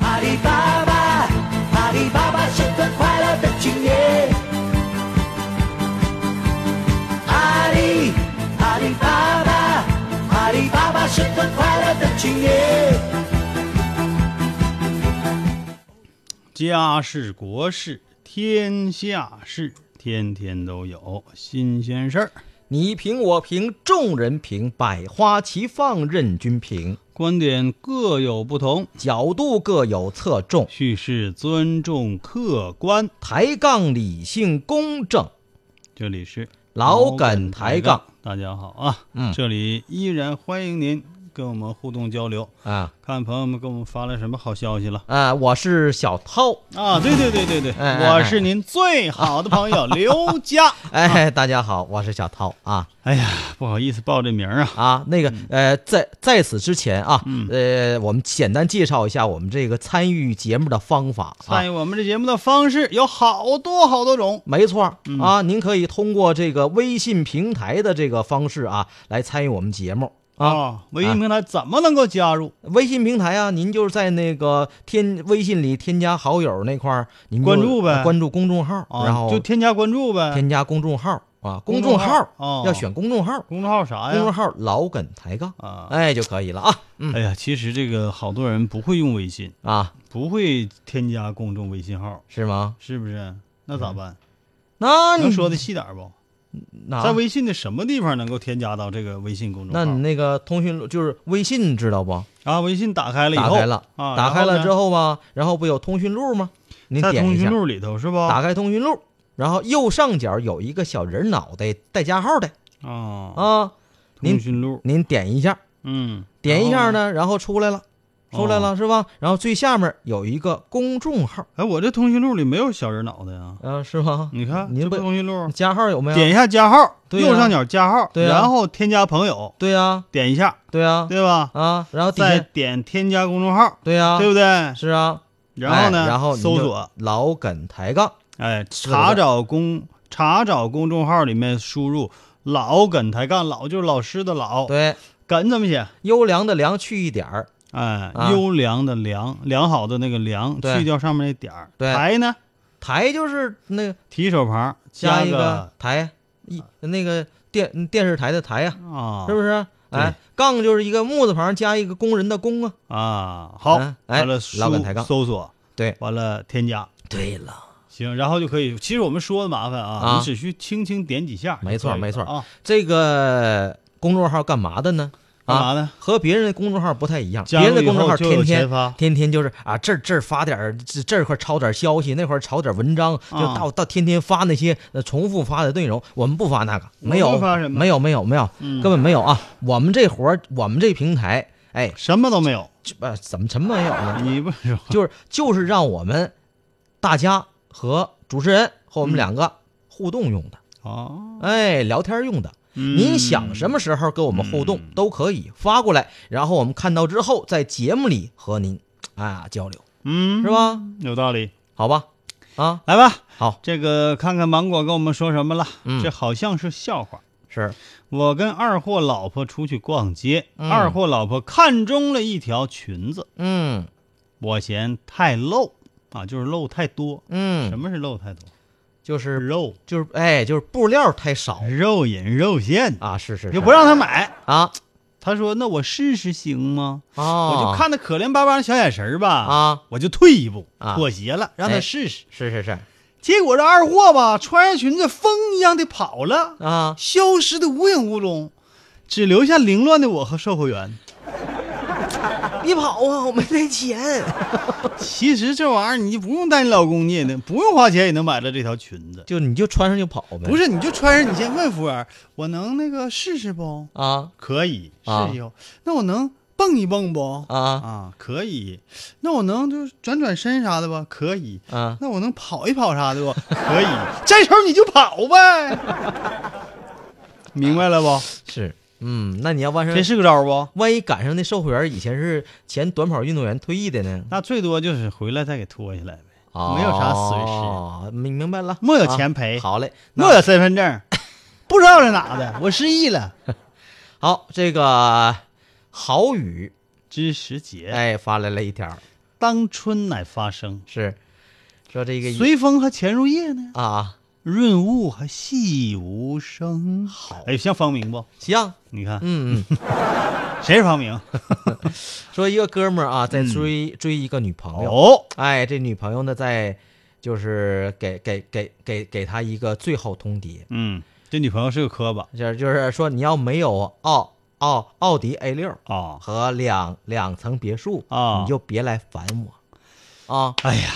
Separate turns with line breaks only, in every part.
阿里巴巴，阿里巴巴是个快乐的青年。阿里，阿里巴巴，阿里巴巴是个快乐的青年。
家事国事天下事，天天都有新鲜事儿。
你评我评，众人评，百花齐放，任君评。
观点各有不同，
角度各有侧重，
叙事尊重客观。
抬杠理性公正。
这里是
老梗抬杠，
大家好啊！
嗯
这里依然欢迎您跟我们互动交流，
啊
看朋友们给我们发来什么好消息了
啊！我是小涛，
啊！对对对对对，
哎哎哎
我是您最好的朋友刘佳。
哎，大家好，我是小涛啊
哎呀，不好意思报这名儿啊，
啊！那个呃，在在此之前啊，
嗯
呃，我们简单介绍一下我们这个参与节目的方法啊
参与。我们这节目的方式有好多好多种。
没错儿
嗯
啊，您可以通过这个微信平台的这个方式啊，来参与我们节目啊。
啊，微信平台怎么能够加入？
微信平台啊，您就是在那个添微信里添加好友那块儿，您就呃
关注呗
关注公众号，
啊，
然后
就添加关注呗。
添加公众号啊，
公众
公众
号
号
哦
要选公众号，
公众号啥
公众
呀？
号老梗抬杠，
啊，
哎就可以了啊，嗯
哎呀，其实这个好多人不会用微信，
啊
不会添加公众微信号，
是吗？
是不是？那咋办？
那你
能说的细点儿
嗯
不？
那
在微信的什么地方能够添加到这个微信公众
啊那你
号？
那个通讯录就是微信知道不？
啊，微信打开了以
打
后，
开了，
啊，
打开了之
后
后吧，然后不有通讯录吗？您
呢，在
点
通
一
讯
下，
录里头是吧？
打开通讯录，然后右上角有一个小人脑袋带加号的
啊
啊，
通
您
讯录，
您点一下，
嗯，
点一下
然后？
呢，然后出来了，
哦
出来了是吧？然后最下面有一个公众号，
哎，我这通讯录里没有小人脑袋啊，
嗯，是吗？
你看
您
这
不
不通讯录，啊
加号有没有？
点一下加号，
啊对呀
右上角加号，
对呀
然后添加朋友，
对呀，
点一下，
对呀，
对吧？
啊，然后底
再
下
点添加公众号，
对呀，
对不对？
是啊，
然后呢，
哎然后您
搜
就
索，
老梗抬杠，
哎，
的
查找公查找公众号里面输入“老梗抬杠”，老就是老师的老，
对，
梗怎么写？
优良的良去一点儿，
哎，
啊
优良的良，良好的那个良，
对
去掉上面那点儿。
对
抬呢，
抬就是那个
提手旁
加一
个
个台，一那个电电视台的台呀，
啊，
是不是？哎，杠就是一个木字旁加一个工人的工啊，
啊？好，
嗯哎
完了输
老梗抬杠
搜索，
对，
完了添加。
对了，
行，然后就可以。其实我们说的麻烦啊，
啊
你只需轻轻点几下就可以了。
没错没错
啊，
这个公众号干嘛的呢？
干
啊
嘛。呢？
和别人的公众号不太一样，
加
别
入
人的公众
以后
号
就有
天天
钱发
天天就是啊，这儿这儿发点儿这这块儿抄点儿消息，那块儿抄点儿文章，就
啊
到到天天发那些呃重复发的内容。我们不发那个，没
我
有
们发什么嗯
没有没有没有，根本没有啊！我们这活儿，我们这平台，哎，
什么都没有，
这呃怎么什么没有 呢？
你不是说
就是就是让我们大家和主持人和
嗯
我们两个互动用的，
啊？
哎，聊天用的。
嗯
您想什么时候跟我们互动都可以发过来，然后我们看到之后在节目里和您啊交流，
嗯，
是？吧？
有道理。
好吧，啊，
来吧，
好
这个看看芒果跟我们说什么了。
嗯
这好像是笑话。
是
我跟二货老婆出去逛街，二货老婆看中了一条裙子，
嗯
我嫌太露啊，就是露太多。什
嗯，
么是露太多？
就是
肉
就是哎，就是布料太少
肉引肉馅，
啊，是是，
就是不让他买。
啊
他说：“那我试试行吗？”
哦，
我就看他可怜巴巴的小眼神儿吧，
啊，
我就退一步，
啊
妥协了，让他
哎
试试。
是是是
结果这二货吧，穿上裙子风一样的跑了，
啊，
消失的无影无踪，只留下凌乱的我和售货员。
你跑啊，我没带钱，
其实这玩意儿你不用带你老公，你也能不用花钱也能买到这条裙子。
就你就穿上就跑呗，
不是，你就穿上，你先问服务员，我能那个试试不？
啊
可以，
啊
试试哟。那我能抱蹦一蹦不？
啊
啊，可以。那我能就是转转身啥的吧？可以。
啊，
那我能跑一跑啥的不？可以。 这时候你就跑呗， 明白了不？
是，嗯，那你要万
这
是
是个招儿不？
万一赶上那售货员以前是前短跑运动员退役的呢？
那最多就是回来再给脱下来呗，
啊，
没有啥损失，
哦，明明白了，
没有
啊
钱赔
好嘞，那
没有身份 证，不知道是哪的，我失忆了。
好，这个郝宇
知识节，
哎发来了一条，
当春乃发生，
是说这个
随风和潜入夜呢，
啊
润物和细无声。好，哎，像方明不？
行，
你看，
嗯 嗯，
谁是方明？
说一个哥们儿啊在追、追一个女朋
嗯
友，
哦，
哎，这女朋友呢在就是给给给给给他一个最后通牒，
嗯，这女朋友是个磕巴
就是就是说你要没有奥奥奥迪 A 六
啊。
和两两层别墅
啊
你就别来烦我啊。
哎呀，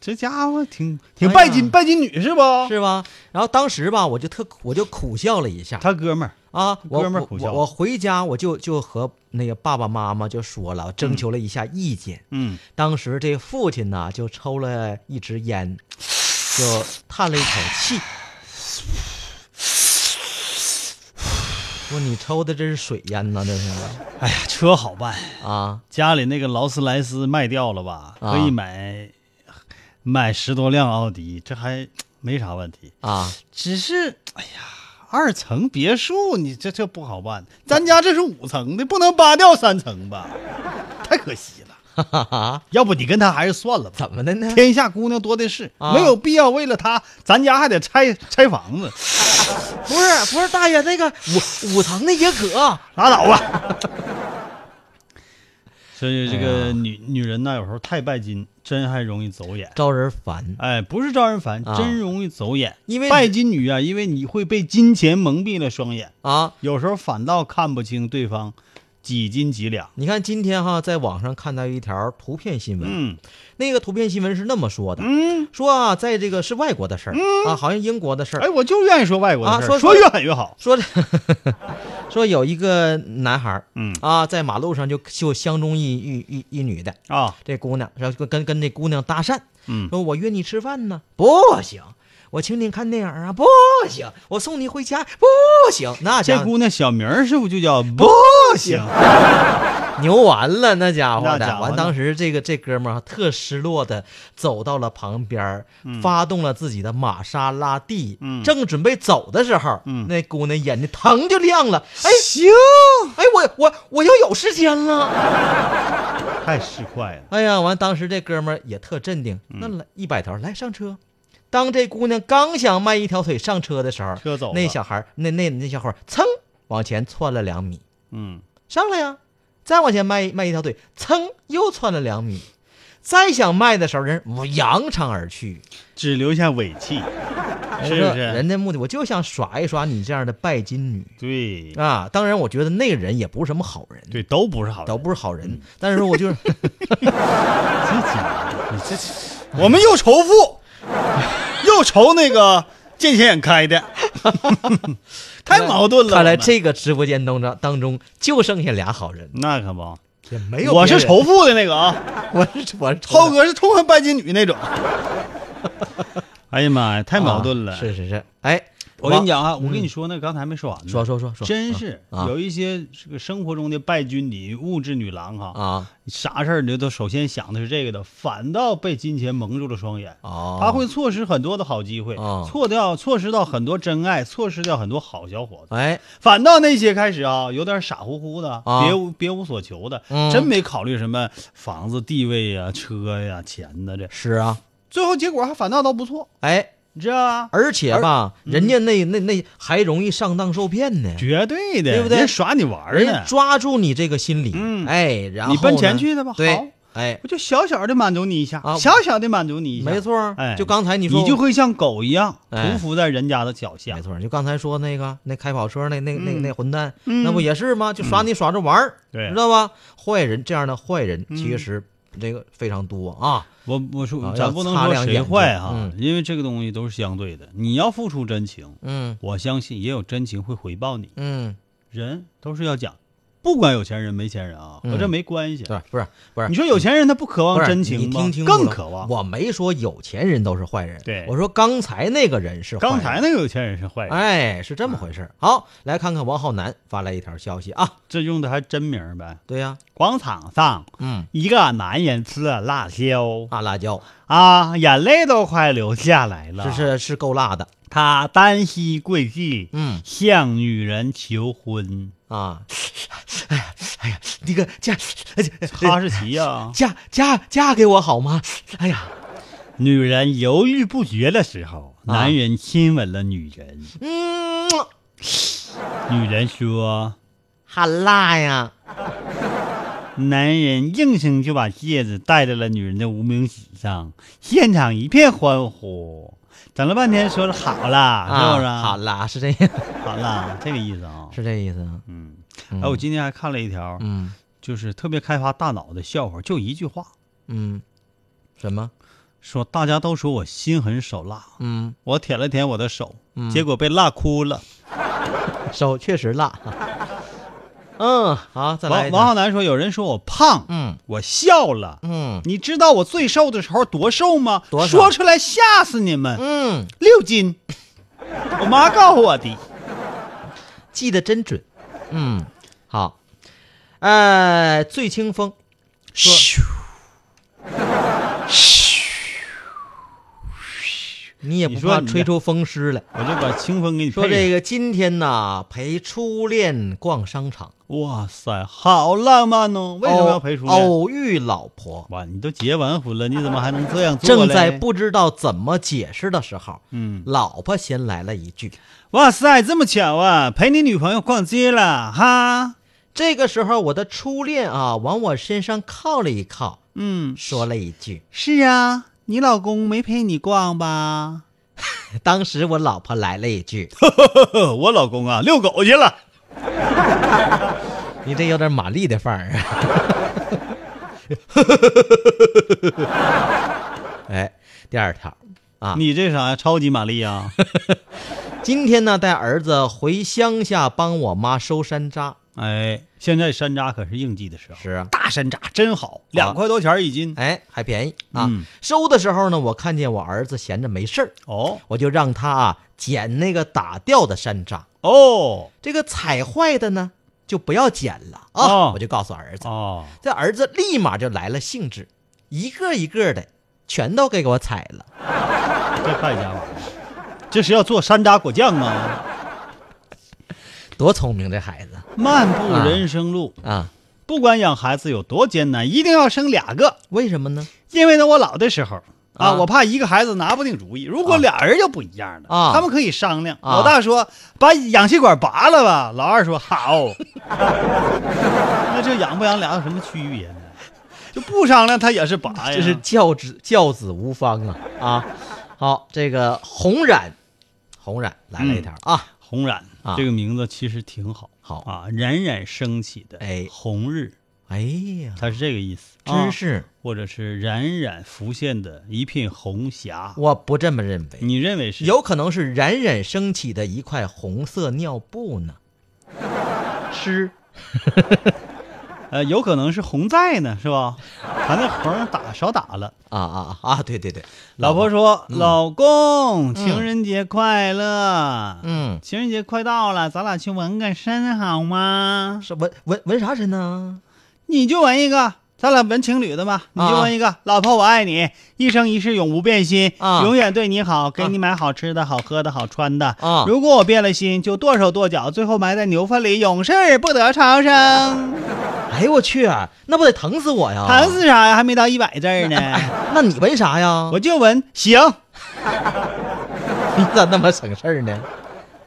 这家伙挺
哎
挺
呀
拜金、拜金女是不？
是吧？然后当时吧，我就特我就苦笑了一下，
他哥们儿，
啊，我
哥们儿
我
苦笑
我我回家我就就和那个爸爸妈妈就说了，征求了一下意见。
嗯，
当时这父亲呐就抽了一支烟，就叹了一口气，说：“你抽的这是水烟呐，这是
哎呀，车好办，
啊
家里那个劳斯莱斯卖掉了吧，
啊
可以买买十多辆奥迪，这还没啥问题。
啊
只是，哎呀，二层别墅你这这不好办，咱家这是五层的，不能扒掉三层吧？太可惜了，
哈哈哈！
要不你跟他还是算了吧。
怎么的呢？
天下姑娘多的是，
啊
没有必要为了他，咱家还得拆拆房子，
不是不是，大爷那个五五层的也可
拉倒吧。 所以这
哎
个女、女人呢，有时候太拜金，真还容易走眼。
招人烦
哎，不是招人烦，
啊
真容易走眼。
因为
拜金女啊，因为你会被金钱蒙蔽了双眼，
啊！
有时候反倒看不清对方几斤几两。
你看今天哈，在网上看到一条图片新闻，
嗯
那个图片新闻是那么说的，
嗯，
说啊，在这个是外国的事儿、啊，好像英国的事
哎，
儿，
我就愿意说外国的事儿，
啊说
说越狠越好。
说这 说有一个男孩儿
嗯
啊，在马路上就就相中一一一一女的，
啊，
这姑娘，然后就跟跟这姑娘搭讪，
嗯
说我约你吃饭呢，不行，我请你看电影啊，不行，我送你回家，不行，那家
这
伙
姑娘小名儿是不是就叫不行？
牛完了，那家伙
那家
的，
伙
完
呢
当时这个这哥们儿啊特失落的走到了旁边儿，发动了自己的玛莎拉蒂，
嗯
正准备走的时候，
嗯
那姑娘眼睛腾就亮了，哎，
行，
哎，我我我要有时间了，
太市侩了。
哎呀，完当时这哥们儿也特镇定，
嗯
那来一摆头来上车。当这姑娘刚想迈一条腿上车的时候，
车走了
那小孩儿那那那小伙儿噌往前窜了两米，
嗯，
上来呀，再往前迈迈一条腿，噌又窜了两米，再想迈的时候，人扬长而去，
只留下尾气，是
人
不
家
是？
人家目的我就想耍一耍你这样的拜金女
对
啊！当然，我觉得那个人也不是什么好人，
对，都不是好人，
都不是好人。但是我就是
这家伙，你这这，我们又仇富，又仇那个见钱眼开 的，太矛盾了。
看来
我们
这个直播间当中当中就剩下俩好人，
那可不，
也没
我
别
是
人
仇，富的那个 啊，
我是我是
涛
超
哥是痛恨拜金女 那种。哎呀妈呀，太矛盾了！
啊是是是，哎，
我跟你
讲
讲啊，我跟你说那刚才没说完呢。
说说说说，
真是
啊
有一些这个生活中的拜金女、物质女郎哈，
啊
啥事儿你都首先想的是这个的，反倒被金钱蒙住了双眼。
哦，
他会错失很多的好机会，
哦
错掉错失到很多真爱，错失掉很多好小伙子。
哎
反倒那些开始啊，有点傻乎乎的，
啊
别无别无所求的，
嗯
真没考虑什么房子、地位呀、车呀、钱呐这。
是啊，
最后结果还反倒都不错，
哎。
你知道啊吧？
而且吧，
嗯
人家那那那还容易上当受骗呢，
绝对的，
对不对
人家耍你玩儿
人家
呢，
抓住你这个心理，
嗯
哎，然后呢
你奔钱去的吧好
对，哎，
我就小小的满足你一下，
啊
小小的满足你一下，
没错儿
哎，
就刚才
你
说，
就会像狗一样
哎
匍匐在人家的脚下
没。错儿，就刚才说那个那开跑车那那那
嗯
那混蛋，
嗯
那不也是吗？就耍你耍着玩儿，
对嗯
知道吧？坏人这样的坏人其实这个非常多啊，
我我
啊
说，
要
咱不能
擦
说
亮
谁
眼睛
坏哈、
嗯
因为这个东西都是相对的。你要付出真情，
嗯
我相信也有真情会回报你。
嗯，
人都是要讲不管有钱人没钱人啊，
嗯
和这没关系。
对，不是不是，
你说有钱人他不渴
不
望
是
真情
你
吗？
听清楚
更
了
渴望。
我没说有钱人都是坏人，
对
我说刚才那个人是坏人
刚才那个有钱人是坏人，
哎，是这么回事儿。好，来看看王浩南发来一条消息啊，
这用的还真名儿呗。
对呀、
广场上，
嗯，
一个男人吃了辣椒
辣辣椒
啊，眼泪都快流下来了。
这是是够辣的，
他单膝跪地，
嗯
向女人求婚。
啊， 哎呀哎呀，那个嫁
哈士奇呀、
嫁嫁嫁给我好吗？哎呀，
女人犹豫不决的时候，
啊
男人亲吻了女人。
嗯，
女人说，
好辣呀，
男人应声就把戒指戴在了女人的无名指上，现场一片欢呼。整了半天，说是好啦，是不是？
啊，好，辣是这样，
好啦，这个意思啊。
是这意思啊，
嗯，
嗯
哎，我今天还看了一条，
嗯
就是特别开发大脑的笑话，就一句话，
嗯，什么？
说大家都说我心狠手辣，
嗯，
我舔了舔我的手，
嗯
结果被辣哭了。
手确实辣。 嗯，好，再来
王
一
王浩
条。
南说，有人说我胖，
嗯
我笑了。
嗯
你知道我最瘦的时候多瘦吗？
多少
说出来吓死你们。
嗯，
六斤，我妈告诉我的。
记得真准。嗯，好。呃，醉清风说，你也不
你说
怕
你
吹出风湿来。
我就把清风给你配
说
上
这个今天呐，陪初恋逛商场，
哇塞，好浪漫哦！为什么要陪初恋？
偶偶遇老婆，
哇，你都结完婚了，你怎么还能这样做嘞？
正在不知道怎么解释的时候，
嗯，
老婆先来了一句。
哇塞，这么巧啊！陪你女朋友逛街了哈。
这个时候，我的初恋啊，往我身上靠了一靠，
嗯，
说了一句。
是啊，你老公没陪你逛吧？
当时我老婆来了一句
呃，我老公啊，遛狗去了。：“
你这有点玛丽的 范儿啊。”哎，第二条啊，
你这啥呀？超级玛丽啊！
今天呢带儿子回乡下帮我妈收山楂，
哎，现在山楂可是应季的时候，
是啊，
大山楂真好，两块多钱一斤。
哎，还便宜啊。
嗯
收的时候呢，我看见我儿子闲着没事儿，
哦
我就让他啊捡那个打掉的山楂，
哦
这个踩坏的呢就不要捡了啊。
哦
我就告诉儿子，
哦，
这儿子立马就来了兴致，一个一个的全都给我踩了。
这败家玩意儿，这是要做山楂果酱啊！
多聪明这孩子
漫步人生路，
啊！
不管养孩子有多艰难，一定要生俩个，
为什么呢？
因为呢，我老的时候。啊，
啊
我怕一个孩子拿不定主意。如果俩人就不一样了，
啊
他们可以商量。
啊
老大说把氧气管拔了吧，老二说好。 那这养不养俩有什么区别呢？就不商量，他也是拔哎呀。
这是教子教子无方啊啊！好，这个红染，红染来了一条、
嗯
啊，
红染、
啊
这个名字其实挺好，
好
啊，冉冉升起的
哎哦
红日，
哎呀，
它是这个意思。
真是、
或者是冉冉浮现的一片红霞。
我不这么认为，
你认为是
哦有可能是冉冉升起的一块红色尿布呢。
诗？ 呃，有可能是红在呢，是吧？咱那红打少打了。
啊啊啊！对对对，
老婆说：“
嗯
老公，情人节快乐！
嗯，
情人节快到了，咱俩去纹个身好吗？
是纹纹纹啥身呢？
你就纹一个，咱俩纹情侣的
啊
吧。你就纹一个，老婆我爱你，一生一世永不变心，
啊
永远对你好，给你买好吃的、好喝的、好穿的。
啊
如果我变了心，就剁手剁脚，最后埋在牛粪里，永世不得超生。
哎呦我去，那不得疼死我呀！哎
疼！死啥呀？还没到一百字儿 呢，
那你纹啥呀？
我就纹行。
你咋那么省事儿呢？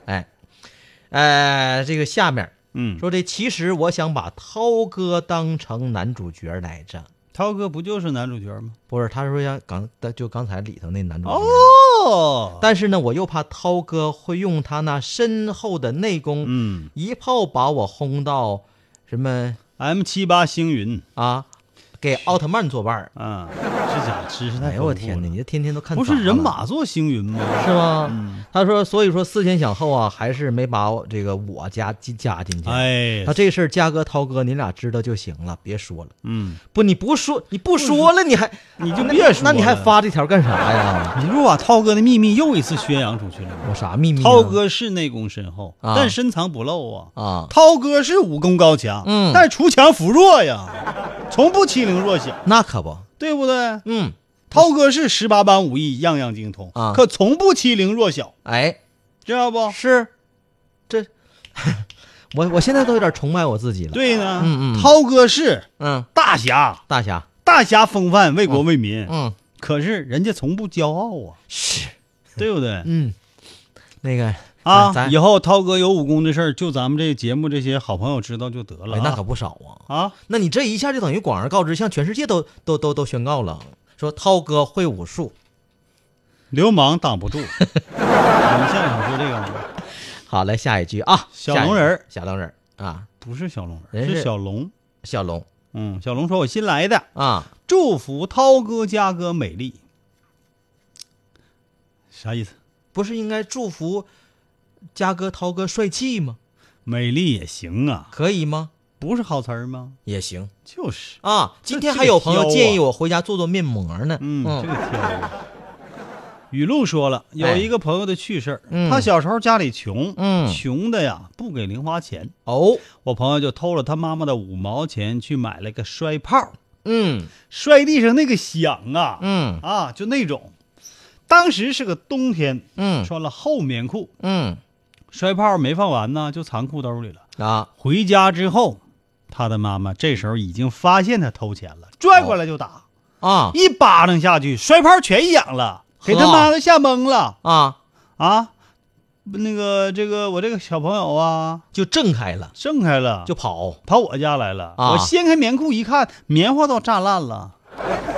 哎，呃，这个下面
嗯，
说这其实我想把涛哥当成男主角来着，
涛哥不就是男主角吗？
不是？他说像刚就刚才里头那男主角，
哦，
但是呢，我又怕涛哥会用他那深厚的内功，
嗯
一炮把我轰到什么
，M 七八星云
啊，给奥特曼作伴儿，
啊，是假知识太丰富了
哎呦我天哪，你这天天都看
不是
杂
人
了
马嗯座星云吗？
是吗？他说，所以说思前想后啊，还是没把我这个我加进加进去。
哎
那，这事儿嘉哥、涛哥，你俩知道就行了，别说了。
嗯，
不，你不说，你不说了，你还
你就
那
别说
那你还
了
发这条干啥呀？
你不把涛哥的秘密又一次宣扬出去了吗？
有啥秘密啊？
涛哥是内功深厚，
啊
但深藏不露啊。
啊，
涛哥是武功高强，
嗯
但锄强扶弱呀，从不欺凌弱小，
那可不，
对不对？
嗯，
涛哥是十八般武艺，样样精通
啊
可从不欺凌弱小，
哎，
知道不？
是，这， 我我现在都有点崇拜我自己了。，
对呢，
嗯嗯
涛哥是
嗯，
大侠，
大侠，
大侠风范，为国为民，
嗯
可是人家从不骄傲啊，
是，
对不对？
嗯，那个
啊，
哎咱
以后涛哥有武功的事儿，就咱们这个节目这些好朋友知道就得了
哎
啊。
那可不少啊。
啊，
那你这一下就等于广而告之，向全世界都都都都宣告了，说涛哥会武术。
流氓挡 不住。你现在想说这个吗？
好，来下一句啊，
小
下一句
龙人儿，
小龙人儿啊，
不是小龙，
人
是
是
小龙。
小龙
嗯，小龙说：“我新来的，
啊，
祝福涛哥、嘉哥美丽。”啥意思？
不是应该祝福嘉哥、涛哥帅气吗？
美丽也行啊，
可以吗？
不是好词儿吗？
也行
就是，
啊。今天
这
还有
这个
朋友
挑啊
建议我回家做做面膜呢。
嗯，这个挑啊。语录说了，有
哎
一个朋友的趣事儿，
嗯
他小时候家里穷，
嗯
穷的呀不给零花钱，
哦，
我朋友就偷了他妈妈的五毛钱去买了个摔炮，
嗯
摔地上那个响啊，
嗯
啊，就那种。当时是个冬天，
嗯
穿了厚棉裤，
嗯
摔炮没放完呢，就藏裤兜里了。
啊，
回家之后，他的妈妈这时候已经发现他偷钱了，拽过来就打，
啊
一巴掌下去，摔炮全响了，给他
呵
妈都吓懵了
啊，
啊！那个，这个我这个小朋友啊，
就震开了，
挣开了，
就跑。
跑我家来了。
啊
我掀开棉裤一看，棉花都炸烂了。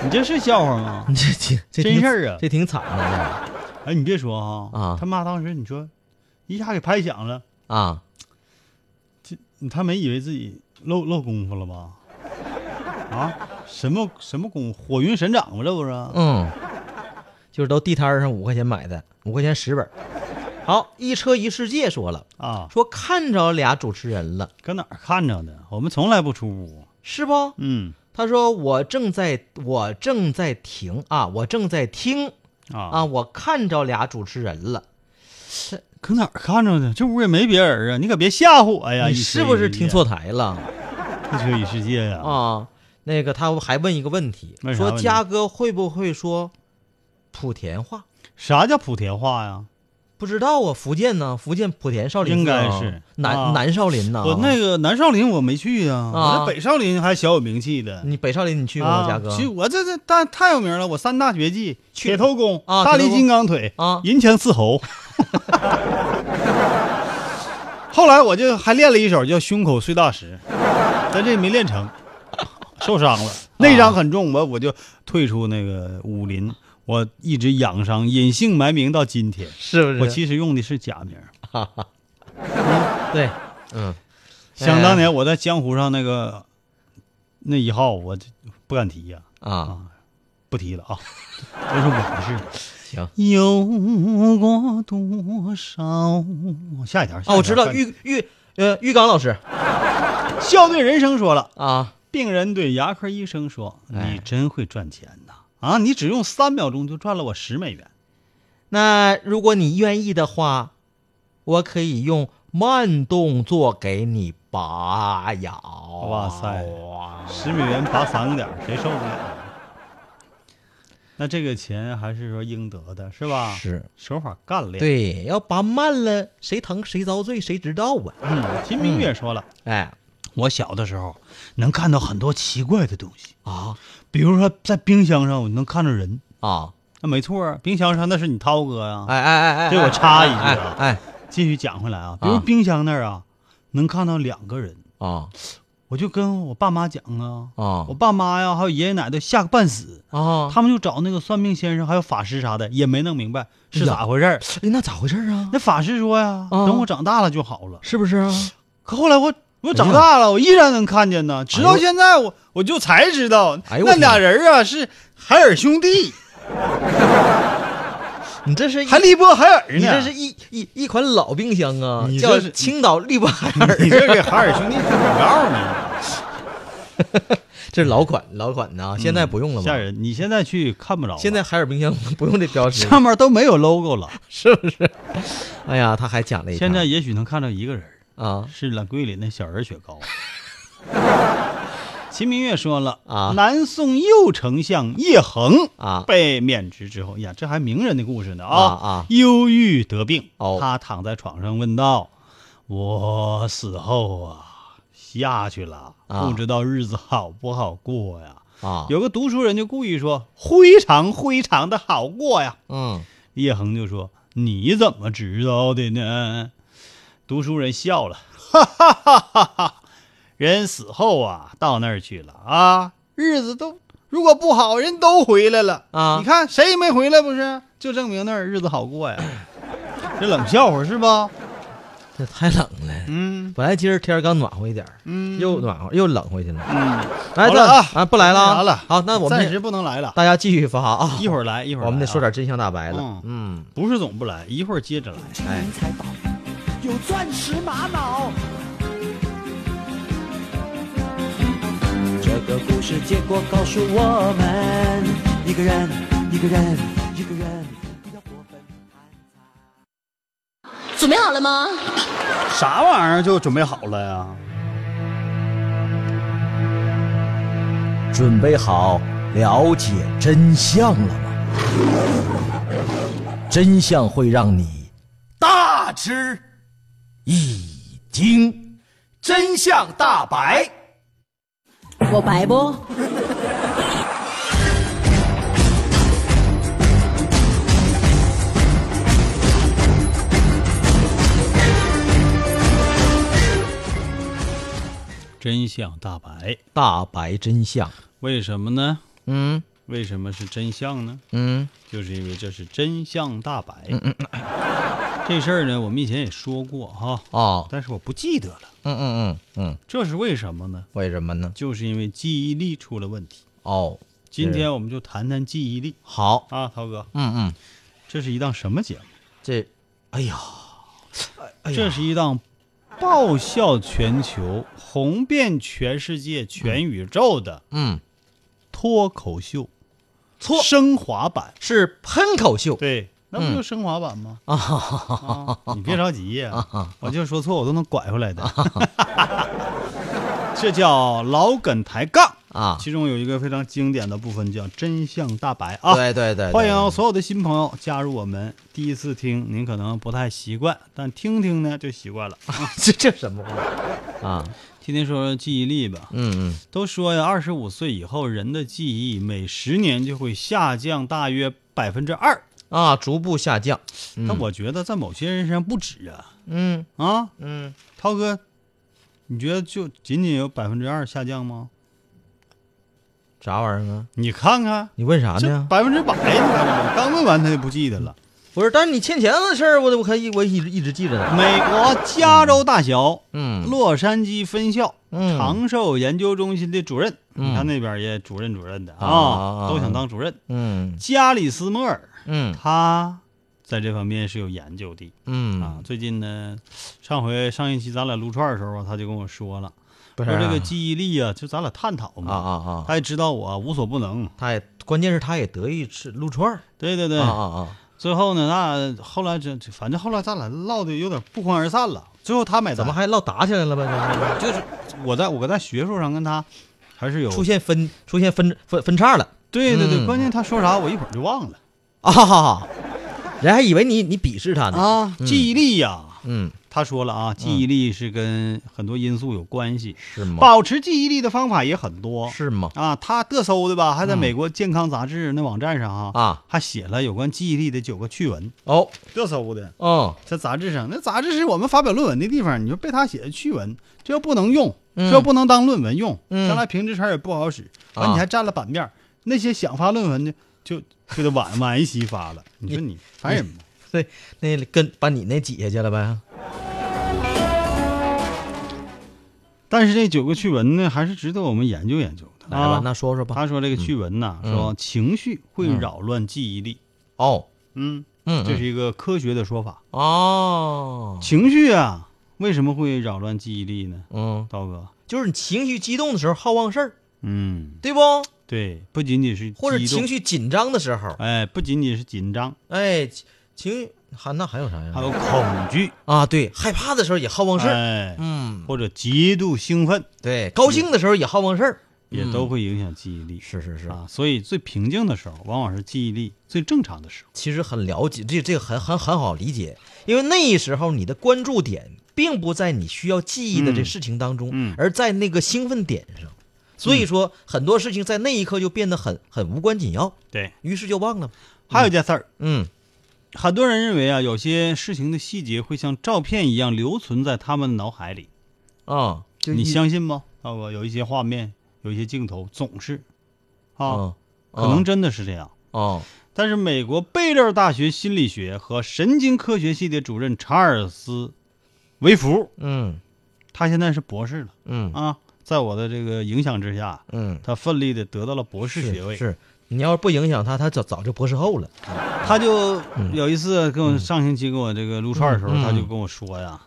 你这是笑话吗？
这这这
真
挺
事儿啊
这挺惨的
哎，你别说哈，
啊
他妈当时你说一下给拍响了，
这啊。
他没以为自己露露功夫了吧？啊，什么什么功夫？火云神掌吗？这不是？
嗯，就是都地摊儿上五块钱买的，五块钱十本儿。好，一车一世界说了，
啊，
说看着俩主持人了，
搁哪儿看着的？我们从来不出屋。
是不？
嗯
他说我正在，我正在停啊，我正在听
啊
啊，我看着俩主持人了，
搁哪儿看着的？这屋也没别人啊，你可别吓唬我哎呀！
你
一车
是不是
一世界
听错台了
一车一世界呀？
啊？那个他还问一个问题
问，啥
说
问题
嘉哥会不会说莆田话？
啥叫莆田话呀？
不知道啊，福建呢？福建莆田少林寺啊
应该是
南、
啊
南少林呢？
我那个南少林我没去呀、
啊
我在北少林还小有名气的。
你北少林你嗯去过吗，
啊，
嘉哥？
去我这这太太有名了，我三大绝技：
去
铁头功、
啊
大
铁
力
头功
金刚腿、
啊
银枪刺喉。后来我就还练了一手叫胸口碎大 石，但这没练成，受伤
啊
了，内伤很重，我我就退出那个武林，我一直养伤，隐姓埋名到今天。
是不
我其实用的是假名，
对，嗯，
想当年我在江湖上那个那一号，我这不敢提呀、
啊，
不提了啊，都是往事。
行。
有过多少？下一条。
哦哦，我知道
玉
玉玉呃玉刚老师
笑对人生说了，
啊，
病人对牙科医生说：“
哎
你真会赚钱呐！啊，你只用三秒钟就赚了我十美元。
那如果你愿意的话，我可以用慢动作给你拔牙。
哇塞十美元拔三个点儿，谁受得了啊？那这个钱还是说应得的，是吧？
是，
手法干练。，
对，要拔慢了，谁疼谁遭罪，谁知道啊？
嗯，秦明月说了，
哎
我小的时候能看到很多奇怪的东西，
啊
比如说在冰箱上我能看着人。
啊，
那没错啊，冰箱上那是你涛哥呀、
哎哎哎哎，
这我插一句
哎
啊
哎
继续讲回来啊，比
啊
如冰箱那儿啊，能看到两个人，
啊
我就跟我爸妈讲啊，
啊
我爸妈呀，还有爷爷奶奶都吓个半死，
啊，
他们就找那个算命先生还有法师啥的，也没弄明白是
是的
咋回事儿。
哎哎那咋回事啊？
那法师说呀，
啊
等我长大了就好了。
是不是啊？
可后来我我长大了，我依然能看见呢。直到现在，我我就才知道，
哎呦我
那
天
俩人啊是海尔兄 弟，
你这是一
还利波海尔呢。
你这是一一一款老冰箱啊
你，
叫
这是
青岛利勃海尔，
你这给海尔兄弟打广告 呢？
这是老款老款的啊，现在不用了吗？
嗯吓人！你现在去看不着了，
现在海尔冰箱 不用这标识，
上面都没有 logo 了。
是不是？哎呀，他还讲了一条，
现在也许能看到一个人，
啊，
是兰桂林的小人雪 糕。秦明月说了
啊
南宋右丞相叶恒
啊
被免职之后，哎呀，这还名人的故事呢
啊啊
忧郁得病，
哦
他躺在床上问道：“我死后啊，下去了，
啊
不知道日子好不好过呀？”
啊，
有个读书人就故意说：“非常非常的好过呀。”
嗯
叶恒就说：“你怎么知道的呢？”读书人笑了，哈哈哈哈哈！人死后啊，到那儿去了啊，日子都如果不好，人都回来了
啊
你看谁也没回来，不是？就证明那儿日子好过呀。这冷笑话是吧？
这太冷了。
嗯，
本来今儿天儿刚暖和一点，嗯，又暖和又冷回去了。嗯，来
好了啊
啊，不来了
不来了
啊。好，那我
暂
们
时不能来了，
大家继续发啊，
一会儿来，一会儿来啊
我们得说，点真相大白了。嗯，
不是总不来，一会儿接着来。
哎，
财宝，有钻石玛瑙。这个故事结果告诉我们，一个人，一个人，一个人要过分贪财。
准备好了吗？
啥玩意儿就准备好了呀？
准备好了解真相了吗？真相会让你
大吃
一惊。
真相大白，
我白不？
真相大白，
大白真相。
为什么呢？
嗯
为什么是真相呢？
嗯
就是因为这是真相大白。这事儿呢，我们以前也说过哈，
哦，
但是我不记得了，
嗯嗯嗯嗯，
这是为什么呢？
为什么呢？
就是因为记忆力出了问题。
哦，
今天我们就谈谈记忆力
好，
啊，涛哥，
嗯嗯，
这是一档什么节目？
这，哎呀，哎呀
这是一档爆笑全球、红遍全世界、全宇宙的
嗯，
脱口秀，
错
升华版。
是喷口秀
对，那不就
嗯
升华版吗？啊，你别着急
啊
呀、我就说错，我都能拐回来的。 这叫老梗抬杠，
啊，
其中有一个非常经典的部分叫真相大白啊。
对对对，
欢迎
对
所有的新朋友加入我们。第一次听您可能不太习惯，但听听呢就习惯了。
这这什么话啊？
天天说说记忆力吧，
嗯嗯，
都说呀，二十五岁以后人的记忆每十年就会下降大约百分之二，
啊，逐步下降，
但我觉得在某些人身上不止啊。
嗯
啊，
嗯，
涛哥，你觉得就仅仅有百分之二下降吗？
啥玩意儿啊？
你看看，
你问啥
这
呢？
百分之百，你看看，刚问完他就不记得了。
不是，但是你欠钱的事儿，我我可以我一直一直记着呢。
美国加州大学，
嗯
洛杉矶分校、
嗯
长寿研究中心的主任，你看那边也主任主任的啊，
啊
都想当主任。
嗯
加里斯莫尔，
嗯
他在这方面是有研究的。啊，
嗯，
最近呢，上回上一期咱俩撸串的时候啊，他就跟我说了，
不是
说这个
啊
记忆力啊，就咱俩探讨嘛。
啊啊啊，
他也知道我无所不能。
他也关键是他也得意吃撸串儿
对对对，
啊啊啊。
最后呢，那后来这这反正后来咱俩唠的有点不欢而散了。最后他买单
怎么还唠打起来了呗？这
就是我在我在学术上跟他还是有
出现分出现分分分叉了
对对对，
嗯
关键他说啥我一会儿就忘了
啊！哈哈，人还以为你你鄙视他呢。
啊，记忆力呀、
嗯，
他说了啊，记忆力是跟很多因素有关系，
是吗？
保持记忆力的方法也很多。
是吗？
啊，他嘚搜的吧，还在美国健康杂志那网站上啊，
啊，
还写了有关记忆力的九个趣闻，
哦，
嘚搜的。
哦，
在杂志上，那杂志是我们发表论文的地方，你说被他写的趣闻，这又不能用，
嗯
这又不能当论文用，
嗯
将来评职称也不好使，完、
啊
你还占了版面儿，那些想发论文的就就得晚晚一期发了，你说 你
哎
烦人吗？
对，那跟把你那挤下去了呗？
但是这九个趣闻呢，还是值得我们研究研究的。
来吧
啊，
那说说吧。
他说这个趣闻呐，
嗯
说情绪会扰乱记忆力，
哦，
嗯，
嗯，
这是一个科学的说法。
嗯哦，
情绪啊，为什么会扰乱记忆力呢？
嗯，
刀哥，
就是你情绪激动的时候好忘事儿，
嗯，
对不？
对，不仅仅是
或者
激动
情，绪紧张的时候，
哎，不仅仅是紧张，
哎，情还那还有啥
还
呀？
有恐惧，
啊，对，害怕的时候也好忘事儿，
哎，
嗯，
或者极度兴奋，
对，高兴的时候也好忘事儿，
也都会影响记忆力。
嗯是是是，
啊，所以最平静的时候，往往是记忆力最正常的时候。
其实很了解，这这个很很很好理解，因为那时候你的关注点并不在你需要记忆的这事情当中，
嗯
而在那个兴奋点上，所以说很多事情在那一刻就变得很很无关紧要，
对，
于是就忘了。
还有一件事儿，
嗯，
很多人认为啊，有些事情的细节会像照片一样留存在他们的脑海里。
啊，就
你
一
相信吗？大哥，有一些画面，有一些镜头，总是啊，
啊，
可能真的是这样。
啊
但是，美国贝勒大学心理学和神经科学系的主任查尔斯·维弗，
嗯
他现在是博士了
嗯
啊，在我的这个影响之下，
嗯，
他奋力的得到了博士
是
学位。
是。你要是不影响他，他早早就博士后了。
他就有一次跟我上星期跟我这个撸串的时候，
嗯嗯嗯
他就跟我说呀，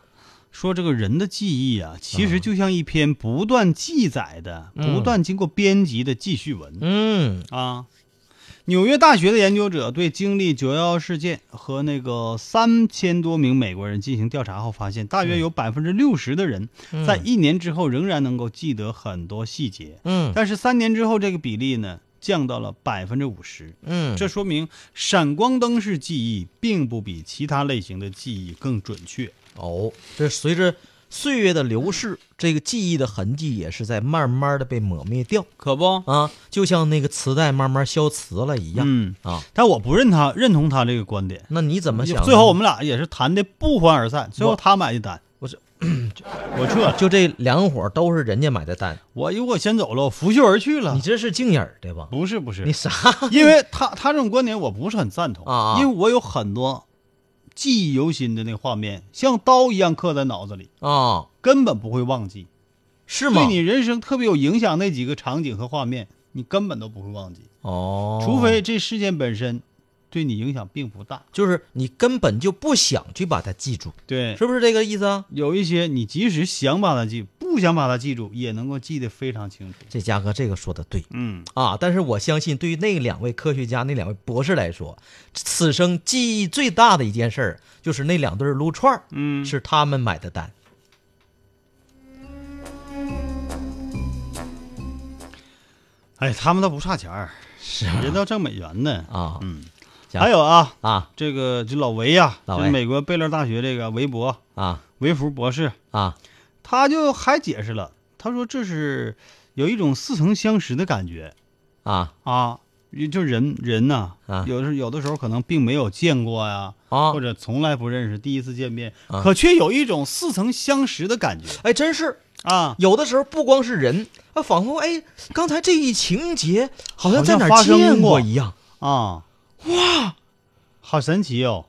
说这个人的记忆啊，其实就像一篇不断记载的、
嗯
不断经过编辑的记叙文
嗯
啊。纽约大学的研究者对经历九幺幺事件和那个三千多名美国人进行调查后发现，大
嗯
约有百分之六十的人在一年之后仍然能够记得很多细节，
嗯
但是三年之后这个比例呢降到了百分之五十。
嗯，
这说明闪光灯式记忆并不比其他类型的记忆更准确。
哦，这随着岁月的流逝，这个记忆的痕迹也是在慢慢的被抹灭掉
可不，
啊，就像那个磁带慢慢消磁了一样、
嗯，
啊。
但我不认他认同他这个观点。
那你怎么想呢？
最后我们俩也是谈的不欢而散，最后他买的单，
我是
我撤了，
就这两伙都是人家买的单，
我如果先走了，我拂袖而去了
你。这是净眼儿对吧？
不是不啊是
你，啥？
因为他他这种观点我不是很赞同
啊啊
因为我有很多记忆犹新的那画面，像刀一样刻在脑子里，
啊？
根本不会忘记。
是吗
对？你人生特别有影响那几个场景和画面，你根本都不会忘记。
哦，
除非这事件本身对你影响并不大。
就是你根本就不想去把它记住，
对，
是不是这个意思啊？
有一些你即使想把它记，不想把它记住，也能够记得非常清楚。
这嘉哥这个说的对，
嗯，
啊，但是我相信，对于那两位科学家、那两位博士来说，此生记忆最大的一件事儿，就是那两对儿撸串儿，嗯，是他们买的单。
哎，他们倒不差钱儿，是人倒挣美元呢。
啊，嗯，
还有啊，
啊
这个就老维呀、
老
就
维
是美国贝勒大学这个韦伯
啊
维弗博士，
啊，
他就还解释了，他说这是有一种似曾相识的感觉
啊
啊。也就人人呐、
啊
有的有的时候可能并没有见过呀，
啊
或，者从来不认识，第一次见面，
啊
可却有一种似曾相识的感觉
哎，真是
啊！
有的时候不光是人，啊，仿佛哎，刚才这一情节好像
好
在
像
哪
发
儿
生
见
过
一样。
啊，哇，好神奇哦！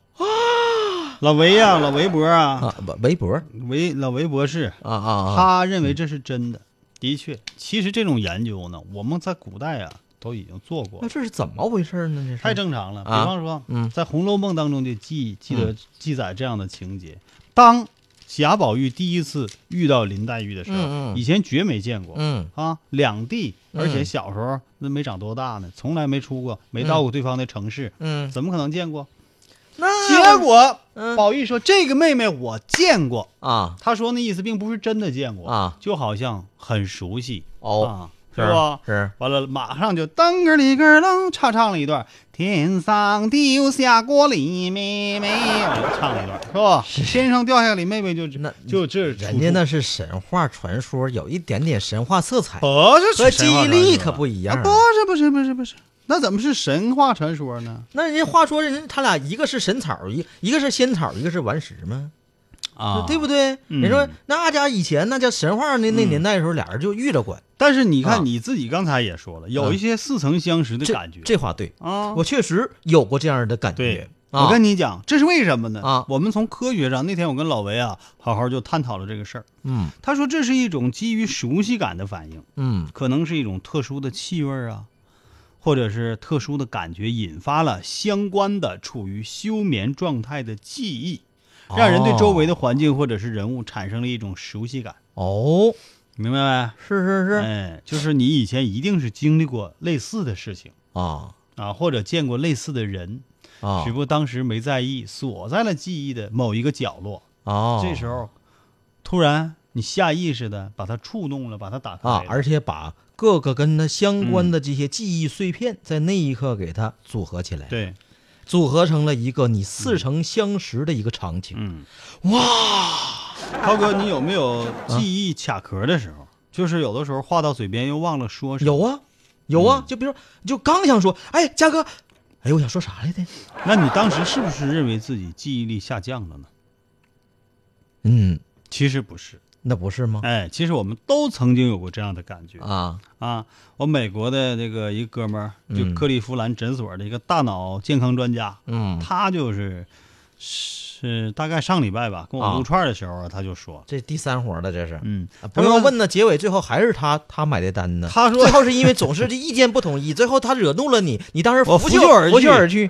老维呀、老韦伯啊，
啊，韦伯啊
韦老韦博士，
啊啊，
他认为这是真的。的确，其实这种研究呢，我们在古代啊都已经做过
那，这是怎么回事呢？这是
太正常了。比
啊
方说，
嗯
在《红楼梦》当中就记记得记载这样的情节：当贾宝玉第一次遇到林黛玉的时候，
嗯嗯
以前绝没见过，
嗯
啊，两地，
嗯
而且小时候那没长多大呢，从来没出过，没到过对方的城市，
嗯，
怎么可能见过？
那
结果
嗯
宝玉说：“这个妹妹我见过。
啊”
他说那意思并不是真的见过
啊，
就好像很熟悉
哦，
啊，是吧？
是
完了，马上就噔个里个噔，唱唱了一段“天上掉下过李妹妹”，唱了一段是吧？天上掉下李妹妹就
那
就这
人家那是神话传说，有一点点神话色彩。
不哦是
和
神
记
话
忆
传
力
说
可不一样
啊不是不是不是不是，那怎么是神话传说呢？
那人家话说人家他俩一个是神草，一一个是仙草，一个是顽石吗？
啊
对不对？
嗯
人说那家以前那叫神话那那年代的时候，俩人就遇着过，
但是你
啊
看你自己刚才也说了，有一些似曾相识的
这
感觉
这话对，
啊，
我确实有过这样的感
对
觉啊
我跟你讲，这是为什么呢？
啊
我们从科学上，那天我跟老维啊，好好就探讨了这个事儿。
嗯
他说这是一种基于熟悉感的反应，
嗯
可能是一种特殊的气味儿啊，或者是特殊的感觉引发了相关的处于休眠状态的记忆，
哦
让人对周围的环境或者是人物产生了一种熟悉感，
哦，
明白
是是
没？
是
哎，就是你以前一定是经历过类似的事情
啊
啊，或者见过类似的人，
啊
只不过当时没在意，锁在了记忆的某一个角落。
啊！
这时候，突然你下意识的把它触动了，把它打开
啊，
了
而且把各个跟它相
嗯
关的这些记忆碎片，在那一刻给它组合起来，
对，
组合成了一个你似曾相识的一个场景。
嗯，哇，涛哥，你有没有
啊
记忆卡壳的时候？就是有的时候话到嘴边又忘了说什么。
有啊，有啊，就比
嗯
如就刚想说，哎，嘉哥，哎呦，我想说啥来着？
那你当时是不是认为自己记忆力下降了呢？
嗯，
其实不是，
那不是吗？
哎，其实我们都曾经有过这样的感觉
啊，
啊！我美国的那个一哥们儿，就
嗯
克利夫兰诊所的一个大脑健康专家，
嗯，
他就是是大概上礼拜吧，跟我
啊
撸串的时候啊，他就说，
这第三活了，这是。
嗯
啊，
他
不
说
用问呢，结尾最后还是他他买的单呢。
他说
最后是因为总是这意见不统一，最 后他惹怒了你，你当时
我拂
拂
袖而
拂
去
袖而去。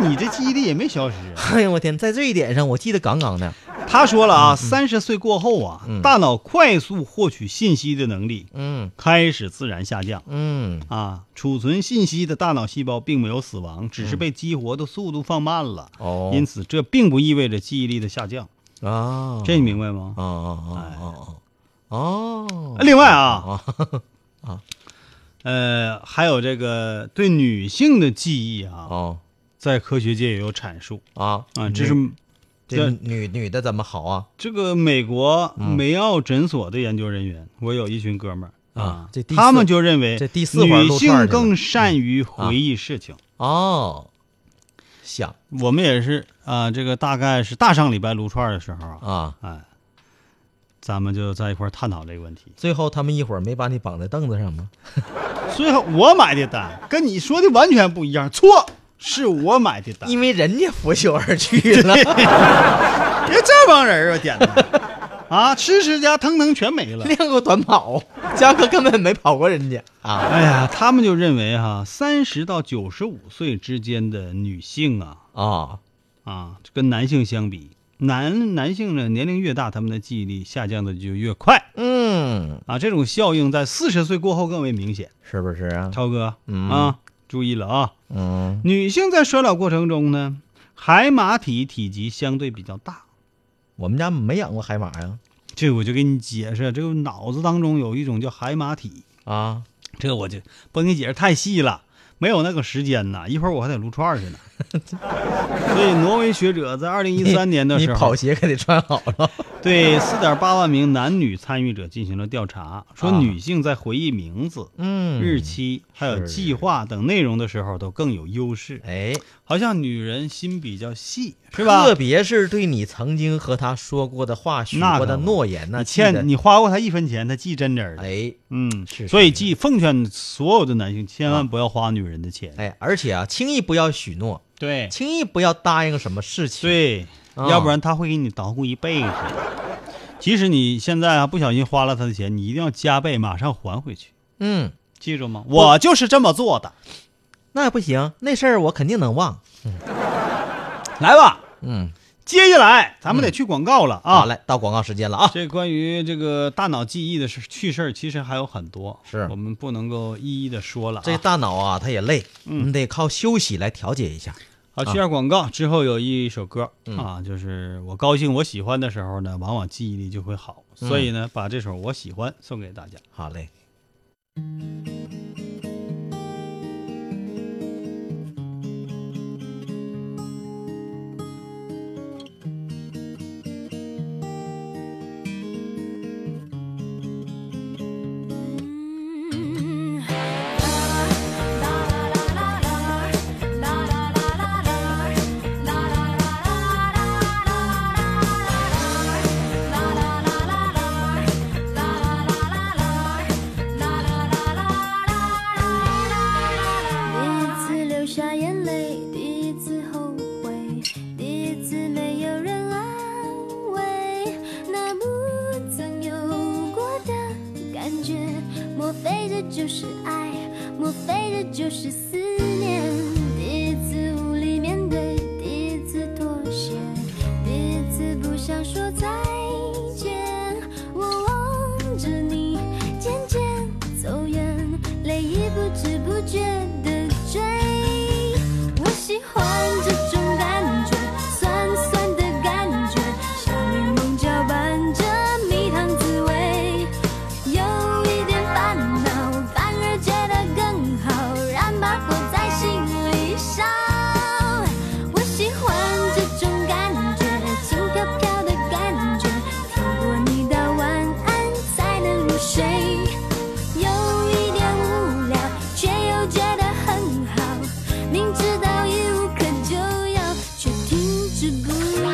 你这记忆力也没消失啊。
哎呦我天，在这一点上我记得杠杠的。
他说了啊，三十岁过后啊，大脑快速获取信息的能力
嗯
开始自然下降
嗯
啊，储存信息的大脑细胞并没有死亡，只是被激活的速度放慢了。
哦
因此这并不意味着记忆力的下降，
啊，
这你明白吗？
啊啊啊啊哦，
另外啊，
啊
呃，还有这个对女性的记忆啊，
哦
在科学界也有阐述
啊
啊，这是
女这
这
女女的怎么好啊
这个美国
嗯
梅奥诊所的研究人员，我有一群哥们儿
啊这第四
他们就认为
这第四环
女性
撸串儿去了
更善于回忆事情。
哦，想
我们也是啊、这个大概是大上礼拜撸串儿的时候啊，
啊，
哎，咱们就在一块儿探讨这个问题。
最后他们一会儿没把你绑在凳子上吗？
最后我买的单跟你说的完全不一样，错，是我买的单。
因为人家拂袖而去 了。
别这帮人啊，点的 啊，吃吃家腾腾全没了。
练过短跑，嘉哥根本没跑过人家啊。
哎呀，他们就认为哈、3三十到九十五岁之间的女性啊，
啊
啊，跟男性相比，男男性呢年龄越大，他们的记忆力下降的就越快
嗯，
啊。这种效应在四十岁过后更为明显。
是不是啊？
超哥，
嗯
啊，注意了啊！
嗯
女性在衰老过程中呢，海马体体积相对比较大。
我们家没养过海马呀。
这我就给你解释，这个脑子当中有一种叫海马体，
啊，
这个我就不给你解释太细了，没有那个时间呐。一会儿我还得撸串儿去 呢。所以，挪威学者在二零一三年的
你
时候，
跑鞋可得穿好 了。
对四点八万名男女参与者进行了调查，说
啊
女性在回忆名字、
嗯
日期还有计划等内容的时候都更有优势，
哎，
好像女人心比较细，是吧？
特别是对你曾经和他说过的话、许
那
过的
可不
诺言
你
呢，记得
欠你花过她一分钱，她记真真儿的。
哎
嗯，
是
所以
是啊
记奉劝所有的男性，千万不要花女人的钱。
哎，而且啊，轻易不要许诺，
对
轻易不要答应什么事情。
对，
啊
要不然她会给你捣鼓一辈子。即使你现在啊不小心花了她的钱，你一定要加倍马上还回去，
嗯，
记住吗？我就是这么做的。
那不行，那事儿我肯定能忘。
来吧，
嗯，
接下来咱们得去广告了啊！
好嘞，到广告时间了啊。
这关于这个大脑记忆的事趣事儿，其实还有很多，
是
我们不能够一一的说了、啊。
这大脑啊，它也累，你得靠休息来调节一下。
好，去下广告之后有一首歌、
嗯
啊，就是我高兴我喜欢的时候呢，往往记忆力就会好，
嗯
所以呢，把这首我喜欢送给大家。
好嘞，
La la la la la la la la la la la la la la la la 是爱，莫非这就是思念？第一次无力面对，第一次妥协，第一次不想说再见。我望着你渐渐走远，泪已不知不觉的追。我喜欢这种感觉，酸酸的感觉，像柠檬搅拌着蜜糖滋味。有一点烦恼，反而觉得更好，让把火在心里烧。我喜欢这种感觉，轻飘飘的感觉，透过你的晚安才能入睡。有一点无聊，却又觉得很好，明知道已无可救药，却停止不了。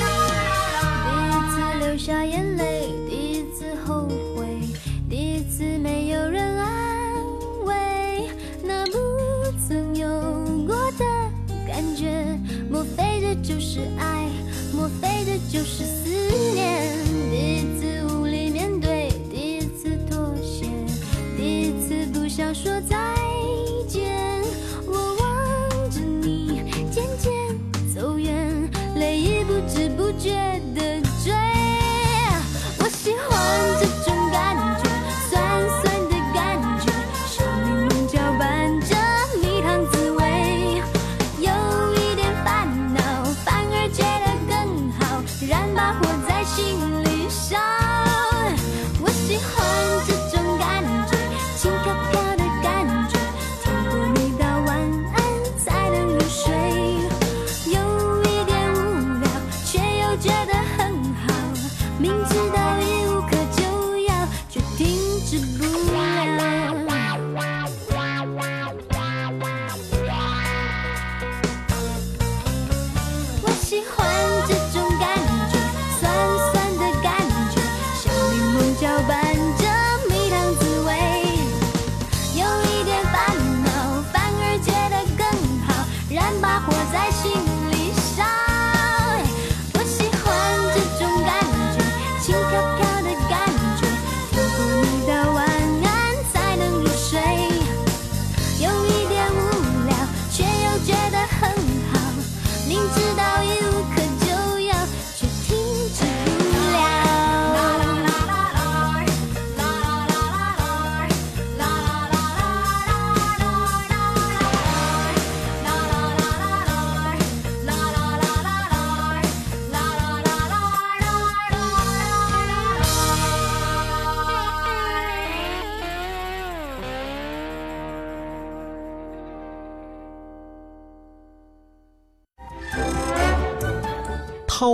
第一次流下眼泪，第一次后悔，第一次没有人安慰，那不曾有过的感觉，莫非这就是爱？莫非这就是思念？第一次无力面对，第一次妥协，第一次不想说再见，我望着你渐渐走远，泪已不知不觉的追。我喜欢这种感觉，酸酸的感觉，像柠檬搅拌着蜜糖滋味。有一点烦恼，反而觉得更好，燃把火在心里烧。我喜欢这种感觉，轻飘飘的感觉，透过你的晚安才能入睡。有一点无聊，却又觉得很好，明知道已无可救药，却停止不了。我喜欢这种感觉，酸酸的感觉，像柠檬搅拌着蜜糖滋味。有一点烦恼，反而觉得更好，燃把火在心里烧。我喜欢这种感觉，轻飘飘的感觉，透过你的晚安才能入睡。有一点无聊，却又觉得很好。明知道已无可救药，却停止不了。
涛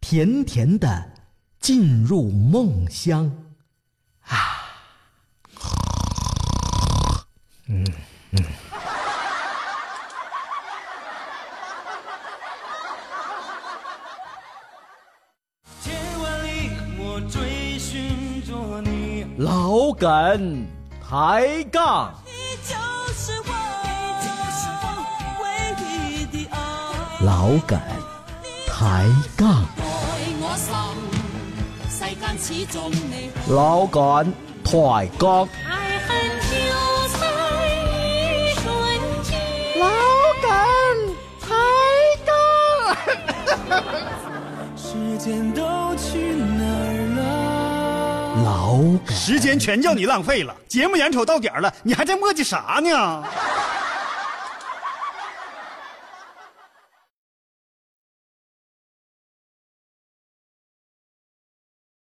甜甜的进入梦乡。
千万里我追寻着你。
老梗抬杠，
你就是我，你就是我唯一的爱。
老梗抬杠，
爱我心，世间始终你。
老梗抬杠，
爱恨就在一瞬间。
老梗抬杠。
间都去哪儿了？
老梗
时间全叫你浪费了。节目眼瞅到点儿了，你还在磨叽啥呢？